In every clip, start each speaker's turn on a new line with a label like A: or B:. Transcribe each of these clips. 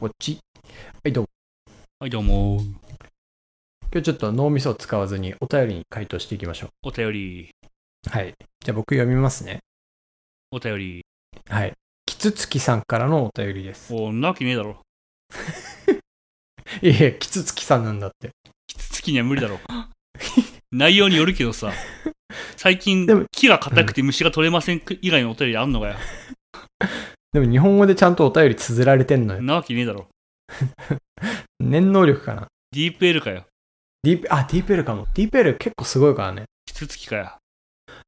A: ポチ。はい、どうも。
B: はい、どうも。
A: 今日ちょっと脳みそを使わずにお便りに回答していきましょ
B: お便り、
A: う。はい。じゃあ僕読みますね。
B: お便り。
A: はい。キツツキさんからのお便りです。
B: おんなわけねえだろ。
A: いえ、キツツキさんなんだって。
B: キツツキには無理だ ろ。内容によるけどさ、最近
A: でも、
B: 木が硬くて虫が取れません以外のお便りあんのかよ。
A: でも日本語でちゃんとお便り綴られてんのよ。
B: なわけねえだろ。
A: 念能力かな。
B: DeepL かよ。
A: DP、あ、DPL かも。DPL 結構すごいからね。
B: キツツキかよ。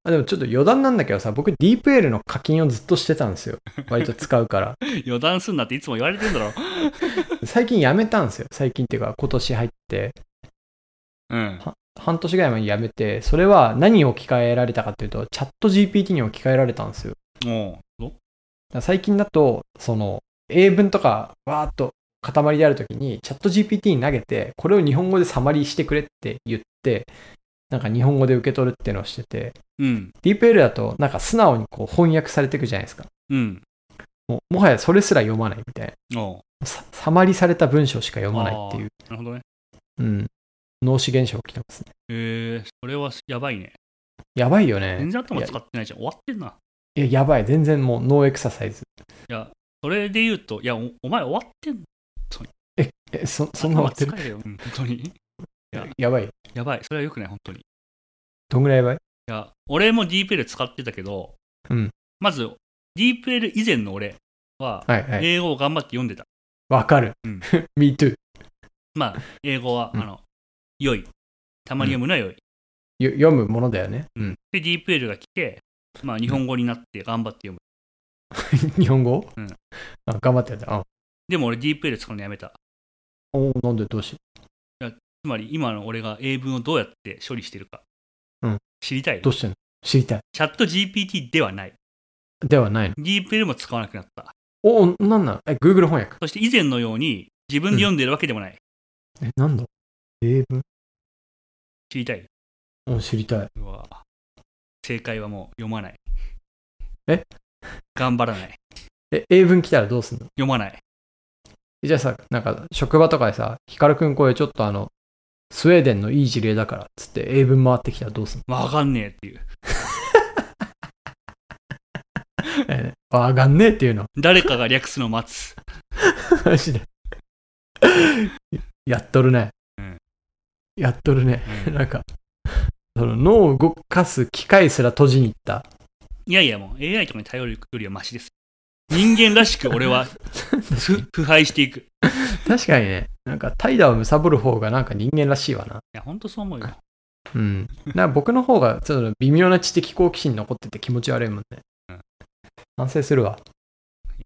A: あでもちょっと余談なんだけどさ、僕 DPL の課金をずっとしてたんですよ。割と使うから。
B: 余談すんなっていつも言われてんだろ。
A: 最近やめたんですよ。最近っていうか今年入って、
B: うん。
A: 半年ぐらい前にやめて、それは何に置き換えられたかっていうと、チャット GPT に置き換えられたんですよ。
B: もう、お
A: だから最近だと、その、英文とか、わーっと塊であるときに、チャット GPT に投げて、これを日本語でサマリーしてくれって言って、なんか日本語で受け取るっていうのをしてて、
B: うん。
A: DeepL だと、なんか素直にこう翻訳されていくじゃないですか。
B: うん。
A: もう、もはやそれすら読まないみたいな。
B: お
A: さサマリーされた文章しか読まないっていう、
B: なるほどね。
A: うん。脳死現象起きてますね。
B: えー、それはやばいね。
A: やばいよね。
B: 全然頭使ってないじゃん。終わってんな。
A: いや、やばい。全然もうノーエクササイズ。
B: いや、それで言うと、いや、おお前終わってんの
A: え、そ、そんな終わってる
B: 頭使えようん本当に。使え
A: やばい。
B: やばい。それは良くない、本当に。
A: どんぐらいやばい
B: いや、俺も DeepL 使ってたけど、
A: うん
B: まず、DeepL 以前の俺は、
A: はいはい。
B: 英語を頑張って読んでた。
A: わかる。
B: うん
A: Me too.
B: まあ、英語は、
A: うん
B: あの、良い。たまに読むのは良い。
A: よ読むものだよね。うん。
B: で、DeepL が来て、まあ、日本語になって頑張って読む。
A: 日本語、
B: うん
A: あ頑張ってやった。あ
B: でも俺 DeepL 使うのやめた。
A: おーなんでどうしよ
B: つまり、今の俺が英文をどうやって処理してるか。
A: うん。
B: 知りたいう
A: どうしてんの知りたい。
B: チャット GPT ではない。
A: ではないの。
B: DeepL も使わなくなった。
A: おーなんなんえ、Google 翻訳。
B: そして、以前のように、自分で読んでるわけでもない。
A: え、なんだ英文
B: 知りたい。
A: うん、知りたい。
B: うわ正解はもう読まない。
A: え
B: 頑張らない。
A: え、英文来たらどうすんの
B: 読まない。
A: えじゃあさ、なんか、職場とかでさ、ヒカルくんこれちょっとあの、スウェーデンのいい事例だから、つって英文回ってきたらどうすん
B: わかんねえっていう。
A: のえわかんねえっていうの。
B: 誰かが略すのを待つ。
A: マジで。やっとるね。
B: うん
A: やっとるね。
B: う ん
A: なんか、その脳を動かす機械すら閉じに行った。
B: いやいやもう AI とかに頼るよりはマシです。人間らしく俺 はふ腐敗していく。い
A: 確かにね、なんか怠惰を貪る方がなんか人間らしいわな。
B: や、ほんとそう思うよ。
A: うん。 なんか僕の方がちょっと微妙な知的好奇心残ってて気持ち悪いもんね。
B: うん
A: 反省するわ。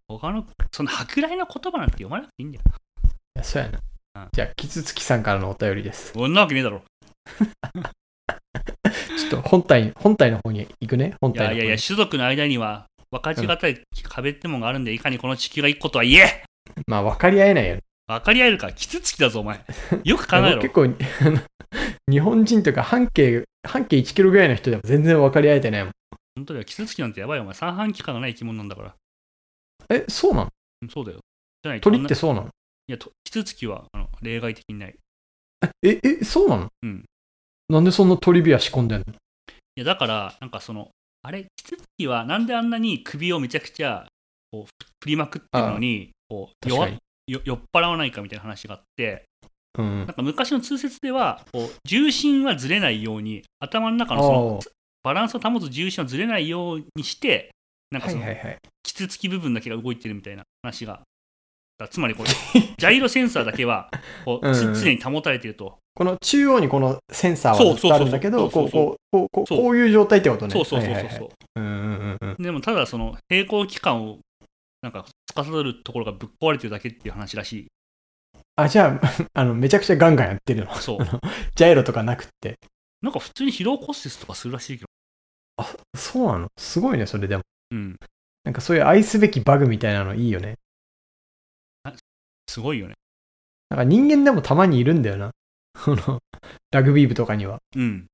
B: 他の、その舶来の言葉なんて読まなくていいんだよ。
A: いや、そうやな
B: うん。
A: じゃあ、キツツキさんからのお便りです。
B: そんなわけねえだろ。
A: ちょっと本体、本体の方に 行くね。本
B: い
A: 体の方
B: や
A: に。
B: いやいや、種族の間には分かちがたい壁ってもんがあるんで、いかにこの地球が一個とは言え
A: まあ、分かり合えないよね。
B: 分かり合えるか、キツツキだぞ、お前。よく考えろ。
A: 結構、あの 日本人というか半径、半径1キロぐらいの人でも全然分かり合えてないもん。
B: 本当だよ、キツツキなんてやばいよ、お前。三半規管がない生き物なんだから。
A: え、そうなの
B: うんそうだよ。じゃないと
A: 鳥って
B: あんな
A: そうなの
B: いや、とキツツキはあの例外的にない。い
A: え、え、そうなの
B: うん。
A: なんでそんなトリビア仕込んでんの
B: や、だから、なんかその、あれ、キツツキはなんであんなに首をめちゃくちゃこう振りまくってるのに、こう
A: 確
B: 弱
A: かに。
B: よ酔っ払わないかみたいな話があって、
A: うん
B: な。んか昔の通説では、こう重心はずれないように、頭の中のそ
A: お
B: の
A: う
B: バランスを保つ重心はずれないようにして、なんか
A: はい
B: その、
A: はいはい。
B: キツツキ部分だけが動いてるみたいな話が。だつ まりこれ、ジャイロセンサーだけはこう、つ
A: うんうん
B: 常に保たれてると。
A: この中央にこのセンサー
B: そ
A: は
B: う
A: ずっとあるんだけど、
B: そ
A: こ
B: う
A: う、
B: そう
A: こう、こう、こう
B: そう
A: こういう状態ってことね。
B: そうそうそうそう
A: は
B: そ、
A: いうはいはいうんうんうんうん。
B: でもただその平行期間をなんか司るところがぶっ壊れてるだけっていう話らしい。
A: あ、じゃあ、 あの、めちゃくちゃガンガンやってるの。
B: そう。
A: ジャイロとかなくって。
B: なんか普通に疲労骨折とかするらしいけど。
A: そうなのすごいね、それでも。
B: うん。
A: なんかそういう愛すべきバグみたいなのいいよね。
B: すごいよね。
A: なんか人間でもたまにいるんだよな。 この、ラグビー部とかには。
B: うん。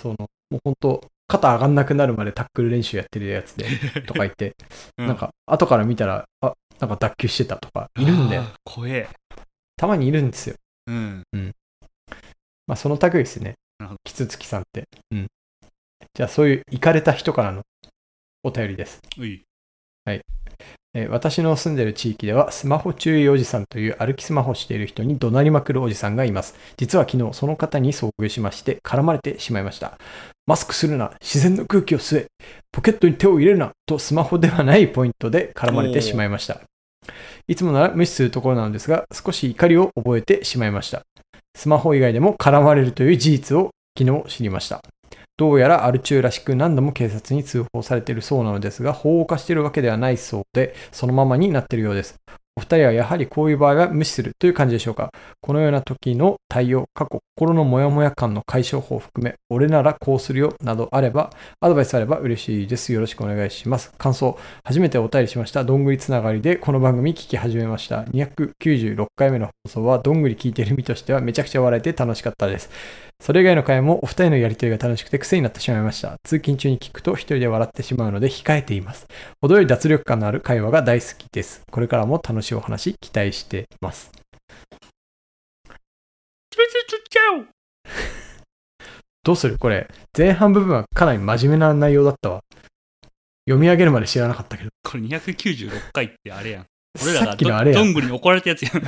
A: その、もうほんと、肩上がんなくなるまでタックル練習やってるやつで、とか言って、
B: う
A: なん、か、後から見たら、あ、なんか脱臼してたとか、いるんだよ。
B: あー。怖え。
A: たまにいるんですよ。
B: うん。
A: まあ、その類ですね
B: なるほど。
A: キツツキさんって。うん。じゃあ、そういうイカれた人からのお便りです。
B: うい。
A: えー私の住んでる地域ではスマホ注意おじさんという歩きスマホしている人に怒鳴りまくるおじさんがいます。実は昨日その方に遭遇しまして絡まれてしまいました。マスクするな、自然の空気を吸え、ポケットに手を入れるなとスマホではないポイントで絡まれてしまいました。いつもなら無視するところなのですが少し怒りを覚えてしまいました。スマホ以外でも絡まれるという事実を昨日知りました。どうやらアル中らしく何度も警察に通報されているそうなのですが、法を犯しているわけではないそうで、そのままになっているようです。お二人はやはりこういう場合は無視するという感じでしょうか。このような時の対応、過去心のモヤモヤ感の解消法を含め、俺ならこうするよなどあれば、アドバイスあれば嬉しいです。よろしくお願いします。感想、初めてお便りしました。どんぐりつながりでこの番組聞き始めました。296回目の放送は、どんぐり聞いてる身としてはめちゃくちゃ笑えて楽しかったです。それ以外の回もお二人のやりとりが楽しくて癖になってしまいました。通勤中に聞くと一人で笑ってしまうので控えています。程よい脱力感のある会話が大好きです。これからも楽しいお話期待してます。
B: ちょちょちょちゃう
A: どうするこれ、前半部分はかなり真面目な内容だったわ。読み上げるまで知らなかったけど。
B: これ296回ってあれやん。俺ら
A: さ
B: が
A: っき
B: ど
A: のあれや
B: ど、んぐりに怒られたやつやん。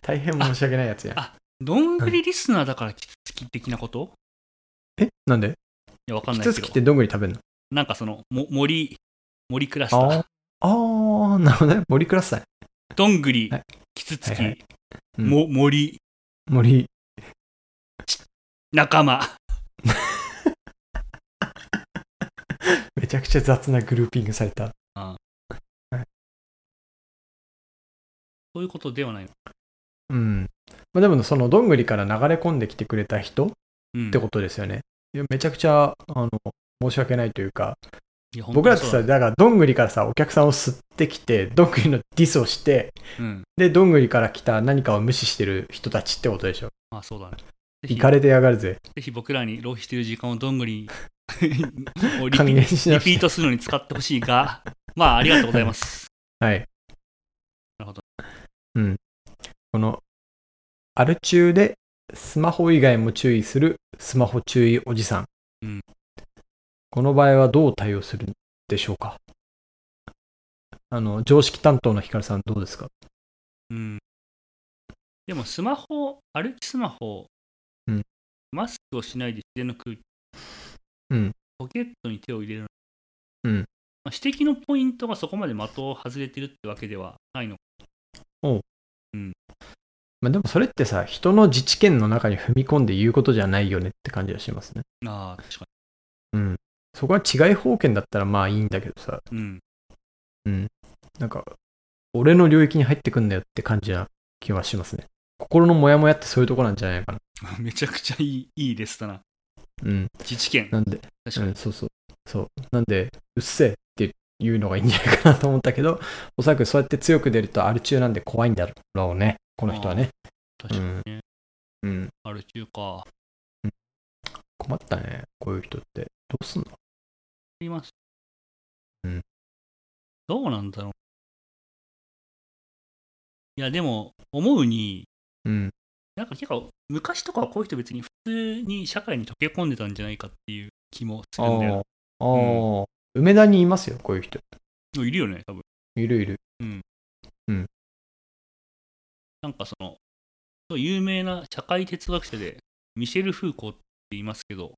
A: 大変申し訳ないやつや
B: あ。どんぐりリスナーだからキツツキ的なこと
A: えなんで
B: いや、わかん
A: キ
B: ない
A: ツツ
B: け
A: キ
B: ど
A: っ。てどんぐり食べるの
B: なんかその、も森、森クラスタ
A: あ
B: ー
A: ー。あー、なるほどね。森ください。
B: どんぐり
A: はい、
B: キツツ
A: はいは
B: キ、
A: うん
B: も森、
A: 森。
B: 仲間。
A: めちゃくちゃ雑なグルーピングされた。
B: そういうことではないの。
A: うん。まあ、でも、そのどんぐりから流れ込んできてくれた人
B: うん
A: ってことですよね。いやめちゃくちゃあの申し訳ないというか、
B: いや本当に
A: 僕らって
B: そ
A: さ、
B: う
A: だからどんぐりからさ、お客さんを吸ってきて、どんぐりのディスをして、
B: だうん。
A: で、どんぐりから来た何かを無視してる人たちってことでしょ。
B: まあそうだね。ぜひ
A: 行かれてやがるぜ。
B: ぜひ僕らに浪費している時間をどんぐ りをリピ
A: 還元しな
B: リ
A: く
B: ピー
A: て。
B: トするのに使ってほしいが、 まあありがとうございます。
A: はい。
B: なるほど。
A: うん。この、アル中でスマホ以外も注意するスマホ注意おじさん。
B: うん
A: この場合はどう対応するんでしょうかあの、常識担当のヒカルさんどうですか
B: うん。でもスマホ、歩きスマホ、
A: うん
B: マスクをしないで自然の空気、
A: うん
B: ポケットに手を入れるの、
A: うん
B: まあ、指摘のポイントがそこまで的を外れてるってわけではないのか。
A: まあ、でもそれってさ、人の自治権の中に踏み込んで言うことじゃないよねって感じがしますね。
B: ああ、確か
A: うん。そこは違い法権だったらまあいいんだけどさ、
B: に。うん。
A: なんか、俺の領域に入ってくんだよって感じな気はしますね。心のモヤモヤってそういうとこなんじゃないかな。
B: めちゃくちゃいい、いいですだな。
A: うん。
B: 自治権。
A: なんで、う
B: 確かに。
A: ん、そうそう。そう。なんで、うっせえっていうのがいいんじゃないかなと思ったけど、おそらくそうやって強く出るとアル中なんで怖いんだろうね。この人はね。
B: 確かにね。
A: うん。
B: ある中か。あ
A: 困ったね。こういう人って。どうすんの
B: ります。
A: うん。
B: どうなんだろう。いや、でも、思うに、
A: うん。
B: なんか結構昔とかはこういう人別に普通に社会に溶け込んでたんじゃないかっていう気もす
A: あ
B: るんだよ
A: ーあー、梅田にいますよ、こういう人。
B: な。いるよね、多分。
A: いるいる。
B: なんかその、有名な社会哲学者で、ミシェル・フーコーって言いますけど、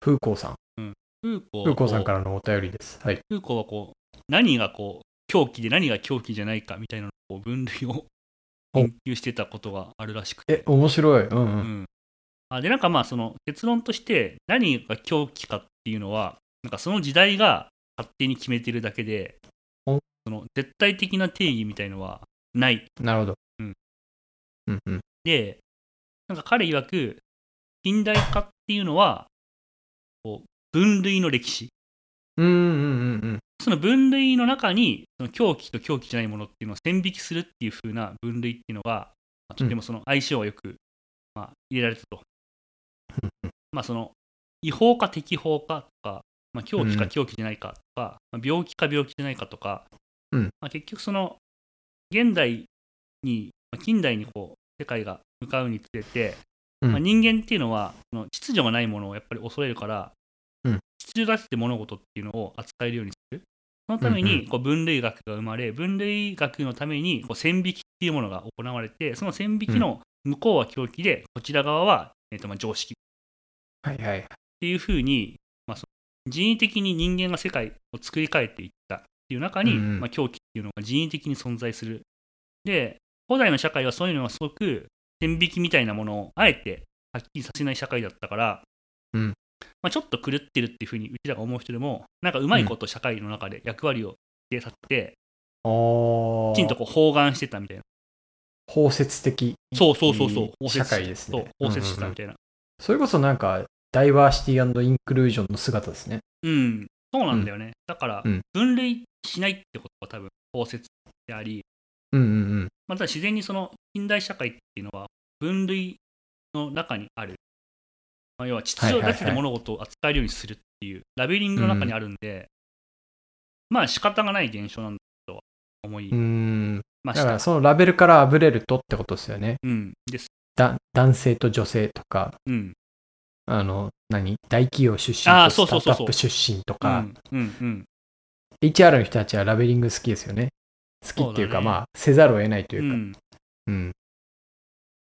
A: 風光さん。
B: フーコー。
A: 風光さんかららのお便りです。はい。
B: フーコーはこう、何がこう、狂気で何が狂気じゃないかみたいなのをこう分類を
A: お
B: 研究してたことがあるらしく
A: え
B: て、。
A: 面白い。うんう。
B: うんん。あで、なんかまあその結論として、何が狂気かっていうのは、なんかその時代が勝手に決めてるだけで、
A: お
B: その絶対的な定義みたいのはない。
A: なるほど。
B: うん。
A: うんうん。
B: で、なんか彼曰く、近代化っていうのは、こう分類の歴史。
A: うんうんうん
B: その分類の中に、その狂気と狂気じゃないものっていうのを線引きするっていう風な分類っていうのが、まあとてもその相性がよく、まあ、入れられたと。
A: うんうん。
B: まあ、その違法か適法かとか、まあ、狂気
A: う
B: か
A: ん
B: 狂気じゃないかとか、まあ、病気か病気じゃないかとか、
A: うん
B: まあ、結局その現代にまあ近代にこう世界が向かうにつれて、
A: うん
B: まあ、人間っていうのはその秩序がないものをやっぱり恐れるから、
A: うん
B: 秩序だって物事っていうのを扱えるようにするそのため
A: うんう
B: にこう分類学が生まれ分類学のためにこう線引きっていうものが行われてその線引きの向こうは狂気でこちら側は、えー、とまあ常識
A: はいはい。
B: っていうふうに、まあ、その人為的に人間が世界を作り変えていったっていう中に、
A: うんうん
B: まあ、狂気っていうのが人為的に存在する。で、古代の社会はそういうのがすごく線引きみたいなものをあえてはっきりさせない社会だったから、
A: うん
B: まあ、ちょっと狂ってるっていうふうにうちらが思う人でも、なんかうまいこと社会の中で役割を指定させて、
A: おー
B: きちんとこう包含してたみたいな。
A: 包摂的。
B: そうそうそうそう、包摂
A: 社会ですね。
B: そう包摂してた
A: うんうんう
B: み
A: ん
B: たいな。
A: それこそなんか、ダイバーシティインクルージョンの姿ですね。
B: うん、そうなんだよね。だから
A: うん、
B: 分類しないってことが多分、包摂であり、
A: うんうんうん。
B: まあ、ただ自然にその近代社会っていうのは、分類の中にある、まあ、要は秩序
A: はいはいはい
B: だけで物事を扱えるようにするっていう、ラベリングの中にあるんで、まあ仕方がない現象なんだとは思いう
A: ーん。
B: まし
A: だから
B: た。
A: そのラベルからあぶれるとってことですよね。
B: うん、です。
A: だ男性と女性とか、
B: うん。
A: あの、何大企業出身と
B: あー
A: スタ
B: そう
A: ート
B: そうそう
A: ア
B: そ
A: ッ
B: う
A: プ出身と
B: う
A: か、
B: ん、うん、うん。
A: HR の人たちはラベリング好きですよね。好きっていう
B: そう
A: か、
B: だね
A: まあ、せざるを得ないと
B: う
A: いうか。
B: ん
A: うん。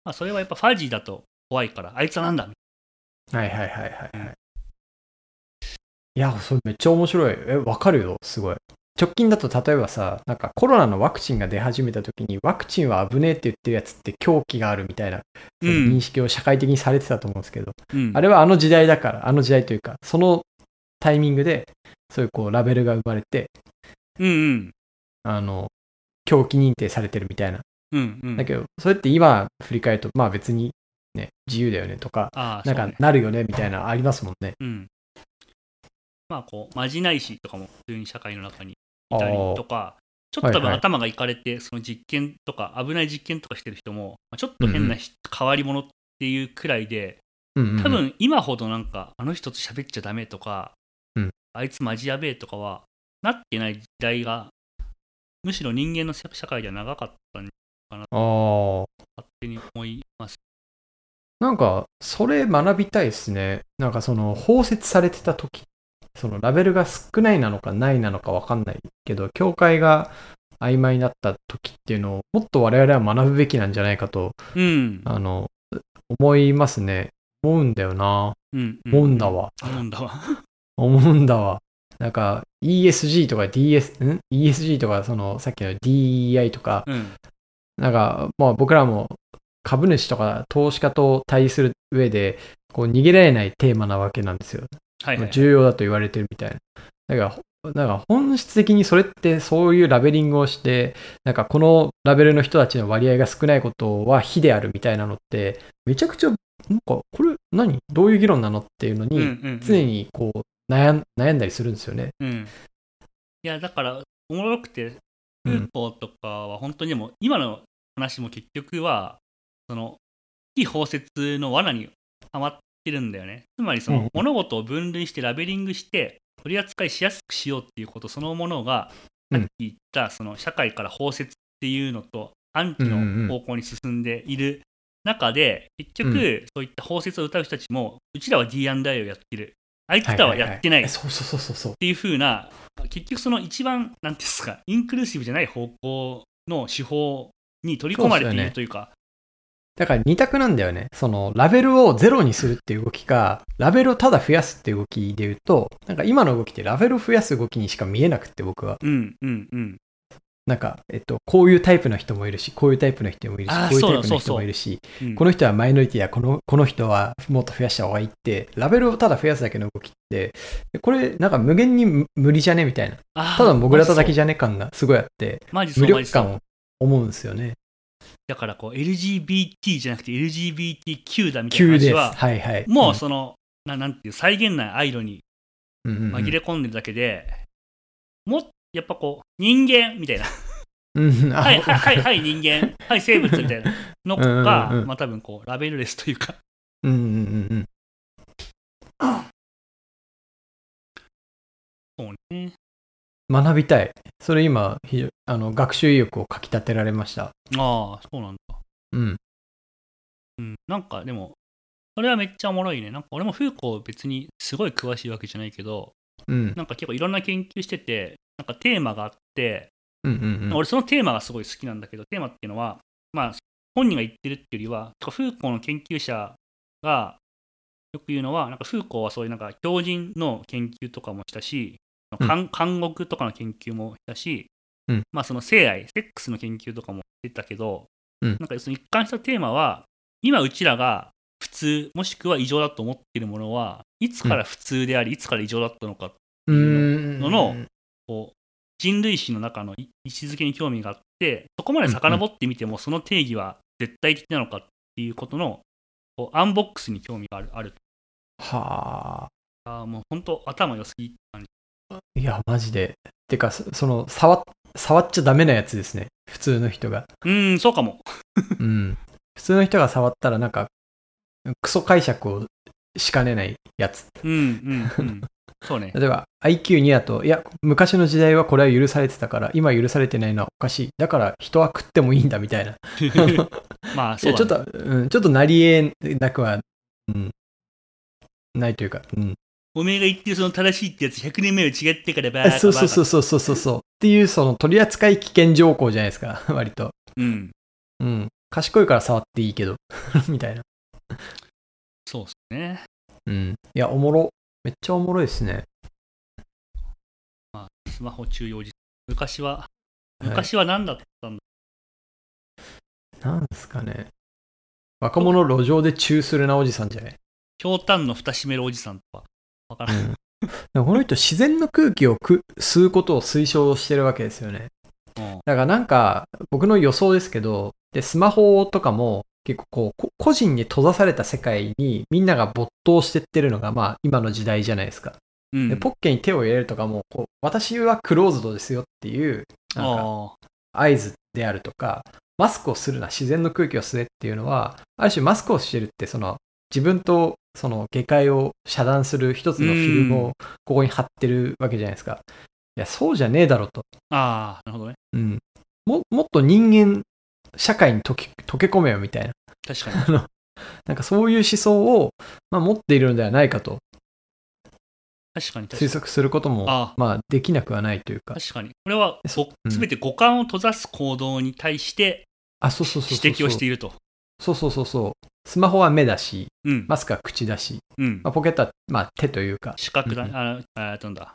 B: まあ、それはやっぱファジーだと怖いから、あいつはなんだ
A: はいはいはいはいはい。いや、それめっちゃ面白い。え、わかるよ、すごい。直近だと例えばさ、なんかコロナのワクチンが出始めた時に、ワクチンは危ねえって言ってるやつって狂気があるみたいなその認識を社会的にされてたと思うんですけど、
B: うん
A: あれはあの時代だから、あの時代というか、そのタイミングで、そういうこうラベルが生まれて、
B: うんうん。
A: あの、狂気認定されてるみたいな。
B: うんうん。
A: だけど、それって今振り返ると、まあ別にね、自由だよねとか、
B: あ
A: なん
B: あ、そう
A: か
B: ね
A: なるよねみたいなのありますもんね。
B: うん。まあ、こう、まじない師とかも普通に社会の中に
A: あ
B: いたり
A: ー
B: とか、ちょっ
A: は
B: と多
A: い
B: 分
A: はい
B: 頭がいかれて、その実験とか、危ない実験とかしてる人も、まあちょっと変
A: うんう
B: なひ変わり者っていうくらいで、
A: うんうんうん
B: 多分今ほどなんか、あの人と喋っちゃダメとか、
A: うん
B: あいつマジやべえとかは、なってない時代が、むしろ人間の社社会では長かったんで
A: ああ。
B: 勝手に思います。
A: なんか、それ学びたいですね。なんかその、包摂されてた時、そのラベルが少ないなのかないなのかわかんないけど、境界が曖昧になった時っていうのを、もっと我々は学ぶべきなんじゃないかと、
B: うん。
A: あの、思いますね。思うんだよな。
B: うん。う
A: 思うんだ。わ。
B: 思うんだわ。
A: 思うんだわ。なんか、ESG とか DS、ん ?ESG とか、その、さっきの DEI とか、
B: うん。
A: なんか、まあ僕らも株主とか投資家と対する上で、こう逃げられないテーマなわけなんですよ。
B: はいはい、
A: まあ重要だと言われてるみたいな。だからほ、なんか本質的にそれってそういうラベリングをして、なんかこのラベルの人たちの割合が少ないことは非であるみたいなのって、めちゃくちゃ、なんかこれ何どういう議論なのっていうの
B: うん
A: に、
B: うんうん
A: 常にこう悩ん悩んだりするんですよね。
B: うん、いやだからおもろくて
A: うん
B: 空港とかは本当にでも今の話も結局はその非包摂の罠にはまってるんだよねつまりそ
A: うん
B: の物事を分類してラベリングして取り扱いしやすくしようっていうことそのものが
A: う
B: さ
A: ん
B: っき言ったその社会から包摂っていうのとアンチ
A: うんうんうん
B: の方向に進んでいる中で結
A: う
B: 局そういった包摂を歌う人たちもうちらは D&I をやってるあいつらはやってない
A: はははそうそうそうそうそう。
B: っていう風な結局その一番なんていうんですかインクルーシブじゃない方向の手法に取り込まれ
A: そう
B: てい
A: っすよね
B: るというか
A: だから二択なんだよね。そのラベルをゼロにするっていう動きか、ラベルをただ増やすっていう動きで言うと、なんか今の動きってラベルを増やす動きにしか見えなくって僕は。
B: うんうんうん
A: なんか、えっと、こういうタイプの人もいるし、こういうタイプの人もいるし、こ
B: あー
A: ういう
B: そう
A: タイ
B: だ
A: プの人もいるし、
B: うん
A: この人はマイノリティだ、このこの人はもっと増やした方がいいって、ラベルをただ増やすだけの動きって、これなんか無限に無無理じゃねみたいな。
B: あー
A: ただモグラただけじゃね感がすごいあって、
B: マジそう
A: 無
B: マ
A: 力
B: ジそう
A: 感を思うんですよね。
B: だからこう LGBT じゃなくて LGBTQ だみたいな
A: 急です。
B: 話は
A: はいはい。
B: もうその、ななんていう再現ないアイロに
A: うん、うんうんうん
B: 紛れ込んでるだけで、もっとやっぱこう人間みたいな
A: うんうんあ
B: はいはいはいはい人間はい生物みたいなのが
A: うんうんうん
B: まあ多分こうラベルレスというか
A: うんうんうんうん。
B: そうね
A: 学びたい。それ今、非常あの学習意欲をかきたてられました。
B: ああ、そうなんだ。
A: うん。
B: うん、なんかでも、それはめっちゃおもろいね。なんか俺もフーコー別にすごい詳しいわけじゃないけど、
A: うん。
B: なんか結構いろんな研究してて、なんかテーマがあって、
A: うんうんうん。
B: 俺そのテーマがすごい好きなんだけど、テーマっていうのは、まあ、本人が言ってるっていうよりは、結構フーコーの研究者がよく言うのは、なんかフーコーはそういうなんか狂人の研究とかもしたし、
A: うん
B: 監監獄とかの研究もしたし、
A: うん
B: まあその性愛、セックスの研究とかもしてたけど、
A: うん
B: なんかその一貫したテーマは、今うちらが普通、もしくは異常だと思ってるものは、いつから普通であり、いつから異常だったのか
A: うーん
B: ののこう人類史の中のい位置づけに興味があってそこまで遡ってみてもその定義は絶対的なのかっていうことのこうアンボックスに興味があるある
A: はあ。
B: あーもう本当頭良すぎって感じ
A: いや、マジで。てか、そその、触っ、触っちゃダメなやつですね。普通の人が。
B: うーんそうかも
A: うん。普通の人が触ったら、なんか、クソ解釈をしかねないやつ。
B: うんう ん、うん、そうね
A: 例えば、IQ2 だと、いや、昔の時代はこれは許されてたから、今許されてないのはおかしい。だから、人は食ってもいいんだ、みたいな。
B: まあ
A: い
B: そう
A: やち
B: だ、
A: ょっ
B: ね、
A: と、うん、ちょっとなりえなくは、うん、ないというか、うん。
B: おめえが言ってるその正しいってやつ100年目より違ってからバーカ
A: そうそうそううそうそうそうそう。っていう、その取り扱い危険条項じゃないですか、 割と。
B: うん
A: うん。賢いから触っていいけど、 みたいな。
B: そうっすね
A: うん。いや、おもろ。めっちゃおもろいですね。
B: スマホ中用時昔は
A: はい
B: 昔は何だったんだ、
A: なんですかね。若者路上でチューするなおじさんじゃない
B: ひょうたんの蓋閉めるおじさんとかわからん
A: でもこの人、自然の空気をく吸うことを推奨してるわけですよね。
B: うん
A: だからなんか、僕の予想ですけど、で、スマホとかも、結構こう、こ個人に閉ざされた世界にみんなが没頭してってるのが、まあ、今の時代じゃないですか。
B: うん
A: で、ポッケに手を入れるとかも、こう、私はクローズドですよっていう、なんか、
B: あ
A: 合図であるとか、マスクをするな、自然の空気を吸えっていうのは、ある種マスクをしてるって、その自分とその下界を遮断する一つのフィルム
B: う
A: をここに貼ってるわけじゃないですか。いや、そうじゃねえだろと。
B: ーあーなるほどね
A: うん。ももっと人間、社会に溶け溶け込めよみたいな。
B: 確かに
A: なんかそういう思想を、まあ、持っているのではないかと
B: 確かに確か
A: 推
B: に。
A: 測することも、
B: あ
A: まあ、できなくはないというか。
B: 確かに。これは
A: そ
B: ご
A: うん
B: 全て五感を閉ざす行動に対して
A: あ、そうそうそうそうそう。
B: 指摘をしていると。
A: そうそうそうそう。スマホは目だし、
B: うん。
A: マスクは口だし、
B: うん
A: まあ、ポケットは、まあ、手というか、
B: 視覚だ。
A: うん
B: ああ、なんだ。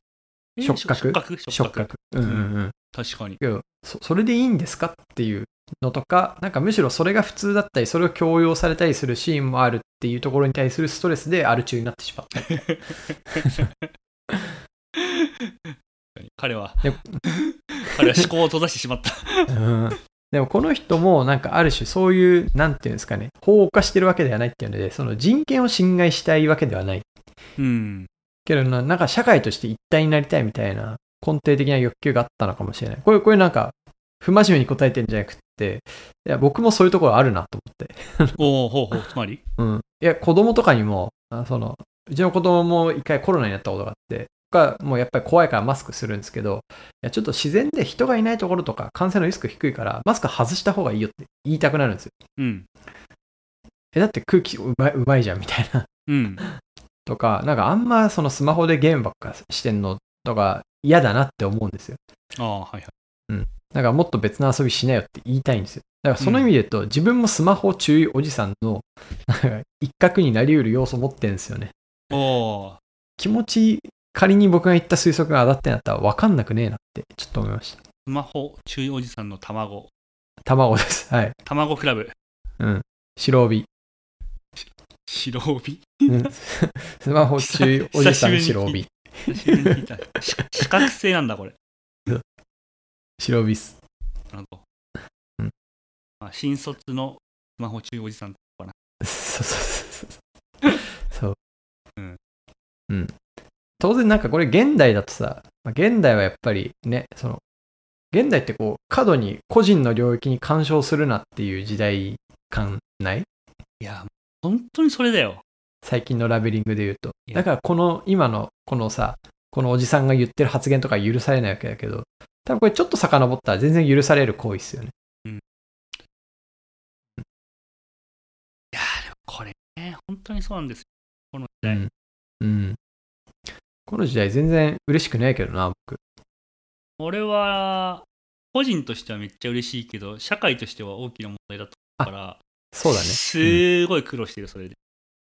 B: え
A: 触覚
B: 触覚
A: 触
B: 触覚。
A: 覚。うんうんうん。
B: 確かに。
A: けどそ、それでいいんですかっていうのとか、なんかむしろそれが普通だったり、それを強要されたりするシーンもあるっていうところに対するストレスでアル中になってしまった。
B: 彼は
A: で、
B: 彼は思考を閉ざしてしまった。
A: うんでもこの人もなんかある種そういう、なんていうんですかね、法を犯してるわけではないっていうので、その人権を侵害したいわけではない。
B: うん。
A: けどな、なんか社会として一体になりたいみたいな根底的な欲求があったのかもしれない。これ、これなんか、不真面目に答えてるんじゃなくって、いや、僕もそういうところあるなと思って。
B: おおほうほう、つまり。
A: うん。いや、子供とかにも、あその、うちの子供も一回コロナになったことがあって、僕はもうやっぱり怖いからマスクするんですけど、いや、ちょっと自然で人がいないところとか感染のリスク低いから、マスク外した方がいいよって言いたくなるんですよ。
B: うん。
A: え、だって空気うまいうまいじゃんみたいな。
B: うん。
A: とか、なんかあんまそのスマホでゲームばっかしてんのとか嫌だなって思うんですよ。
B: ああ、はいはい。
A: だからもっと別の遊びしなよって言いたいんですよ。だからその意味で言うと、自分もスマホ注意おじさんのなんか一角になりうる要素持ってるんですよね。
B: おお
A: 気持ち、仮に僕が言った推測が当たってなったら分かんなくねえなってちょっと思いました。
B: スマホ中おじさんの卵。
A: 卵です。はい。
B: 卵クラブ。
A: 白帯。
B: 白 帯。
A: うんス マホ注意おじさん白帯。
B: 久しぶりに聞いたし視覚性なんだ、これ。
A: 白帯っす。
B: なるほど。
A: うん
B: まあ、新卒のスマホ中おじさん。
A: そうそうそうそう。そう。
B: うん。
A: うん。当然なんかこれ現代だとさ、まあ現代はやっぱりね、その、現代ってこう、過度に個人の領域に干渉するなっていう時代感ない
B: いや、本当にそれだよ。
A: 最近のラベリングで言うと
B: い。や
A: だからこの今のこのさ、このおじさんが言ってる発言とか許されないわけだけど、多分これちょっと遡ったら全然許される行為ですよね。
B: いやーでもこれね、本当にそうなんですよ。この
A: う
B: 時代。
A: ん。うん。この時代全然嬉しくないけどな、僕。
B: 俺は、個人としてはめっちゃ嬉しいけど、社会としては大きな問題だと思うから、
A: そうだね。うん
B: すごい苦労してる、それで。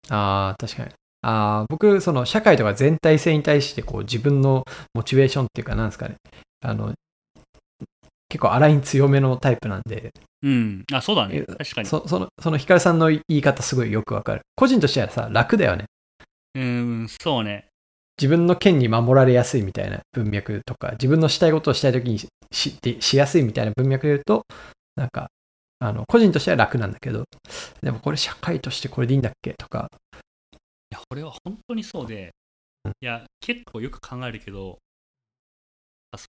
A: ああ、確かに。ああ、僕、その社会とか全体性に対して、こう自分のモチベーションっていうか、なんですかね。あの、結構アライン強めのタイプなんで、
B: うん。あ、そうだ
A: い
B: ね。
A: や
B: 確かに。
A: そその、そのヒカルさんの言い方すごいよくわかる。個人としてはさ、楽だよね。
B: うん、そうね。
A: 自分の権に守られやすいみたいな文脈とか、自分のしたいことをしたいときにししでしやすいみたいな文脈で言うと、なんか、あの個人としては楽なんだけど、でもこれ社会としてこれでいいんだっけとか、
B: いや、俺は本当にそうで
A: うん、
B: いや、結構よく考えるけど、あそう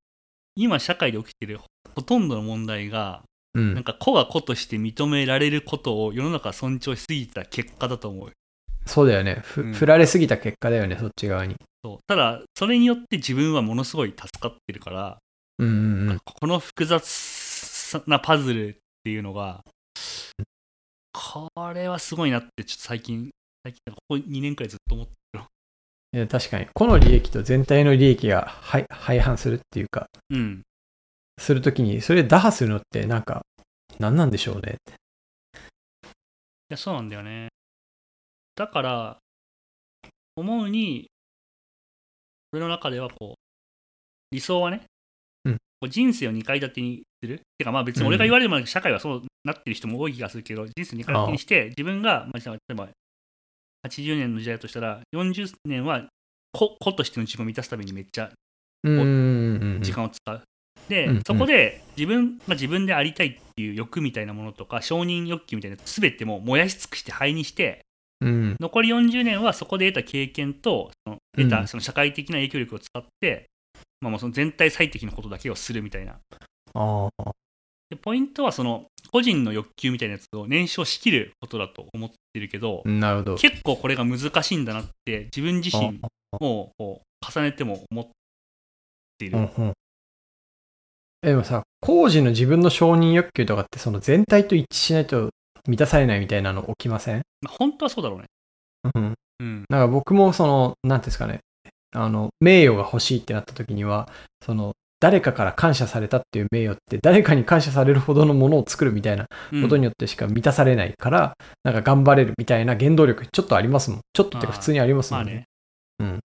B: 今、社会で起きてるほほとんどの問題が、
A: う
B: なん
A: ん、
B: か子が子として認められることを世の中は尊重しすぎた結果だと思う。
A: そうだよね、ふ
B: うん
A: 振られすぎた結果だよね、そっち側に。
B: そうただ、それによって自分はものすごい助かってるから、
A: うんうんうん、
B: この複雑なパズルっていうのが、これはすごいなって、ちょっと最近、最近、ここ2年くらいずっと思って
A: いや確かに、個の利益と全体の利益がはい廃反するっていうか、
B: うん。
A: するときに、それ打破するのって、なんか、何なんでしょうねって。
B: いや、そうなんだよね。だから、思うに、俺の中ではこう、理想はね、
A: うん
B: こう人生を2階建てにする。てか、まあ別に俺が言われるまで社会はそうなってる人も多い気がするけど、人生2階建てにして、自分が、まあ、じゃあ例えば、80年の時代だとしたら、40年は子子としての自分を満たすためにめっちゃ
A: うんうんうんうん、
B: 時間を使う。で、
A: うん
B: そこで自分、まあ、自分でありたいっていう欲みたいなものとか承認欲求みたいな全てもう燃やし尽くして灰にして
A: うん、
B: 残り40年はそこで得た経験とその
A: うん
B: 得たその社会的な影響力を使って、まあ、もうその全体最適のことだけをするみたいな
A: ああ、
B: でポイントはその個人の欲求みたいなやつを燃焼しきることだと思ってるけど、
A: なるほど。
B: 結構これが難しいんだなって自分自身
A: あ
B: もうこう重ねても思っている、
A: うんうん、でもさ工事の自分の承認欲求とかってその全体と一致しないと満たされないみたいなの起きません、
B: まあ、本当はそうだろうね、
A: うん、
B: うん、
A: なんか僕もその何ていうんですかねあの名誉が欲しいってなった時にはその誰かから感謝されたっていう名誉って誰かに感謝されるほどのものを作るみたいな
B: うん
A: ことによってしか満たされないから、なんか頑張れるみたいな原動力ちょっとありますもんちょっとってか
B: あー
A: 普通にあります
B: ま
A: も
B: あ
A: ん
B: ね
A: ね。。うん
B: い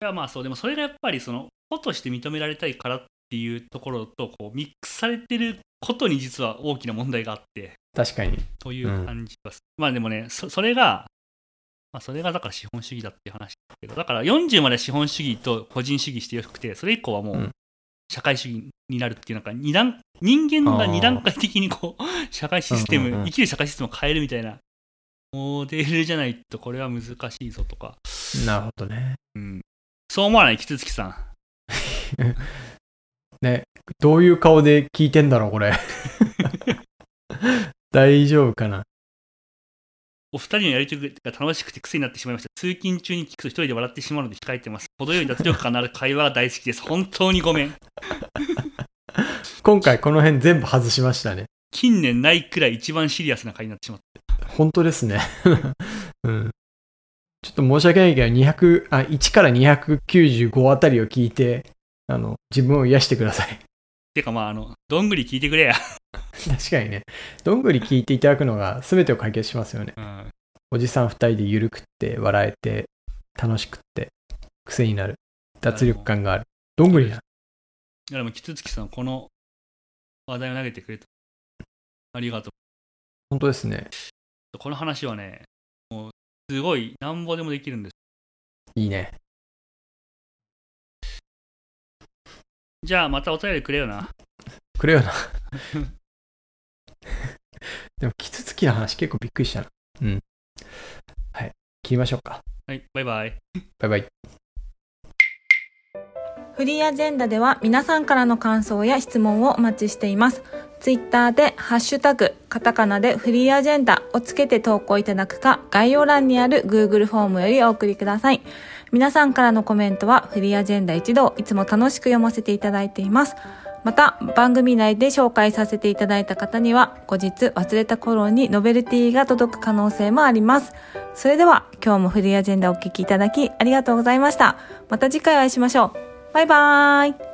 B: やまあそう、でもそれがやっぱりその、子として認められたいからっていうところとこうミックスされてることに実は大きな問題があって、
A: 確かに
B: という感じがする。まあでもね、そそれが、まあ、それがだから資本主義だっていう話だけど、だから40まで資本主義と個人主義してよくて、それ以降はも
A: う
B: うん社会主義になるっていう、なんか二段、人間が
A: あー
B: 2段階的にこう、 社会システム、
A: うんうんうん
B: 生きる社会システムを変えるみたいなモデルじゃないと、これは難しいぞとか。
A: なるほどね
B: うんそう思わない、キツツキさん。
A: どういう顔で聞いてんだろう、 これ。大丈夫かな
B: お二人のやりとりが楽しくて癖になってしまいました。通勤中に聞くと一人で笑ってしまうので控えてます。程よい脱力感のある会話が大好きです。本当にごめん。
A: 今回この辺全部外しましたね。
B: 近年ないくらい一番シリアスな会になってしまっ
A: 本当ですね。 うん。ちょっと申し訳ないけど、200、あ、1から295あたりを聞いて、あの、自分を癒してください。
B: てかまあ、あの、どんぐり聞いてくれや。
A: 確かにね。どんぐり聞いていただくのが全てを解決しますよね。
B: うん。
A: おじさん2人でゆるくって、笑えて、楽しくって、癖になる。脱力感がある。どんぐりな。
B: いやでも、キツツキさん、この話題を投げてくれた。ありがと
A: 本当ですね。
B: う。この話はね、もう、すごい、なんぼでもできるんです。
A: いいね。
B: じゃあ、またお便りくれよな。
A: くれよな。 でも、キツツキの話結構びっくりしたな。うん。はい。切りましょうか。
B: はい、バイバイ。
A: バイバイ。
C: フリーアジェンダでは皆さんからの感想や質問をお待ちしています。ツイッターでハッシュタグ、カタカナでフリーアジェンダをつけて投稿いただくか、概要欄にある Google フォームよりお送りください。皆さんからのコメントはフリーアジェンダ一同いつも楽しく読ませていただいています。また番組内で紹介させていただいた方には後日忘れた頃にノベルティが届く可能性もあります。それでは今日もフリーアジェンダをお聞きいただきありがとうございました。また次回お会いしましょう。バイバーイ。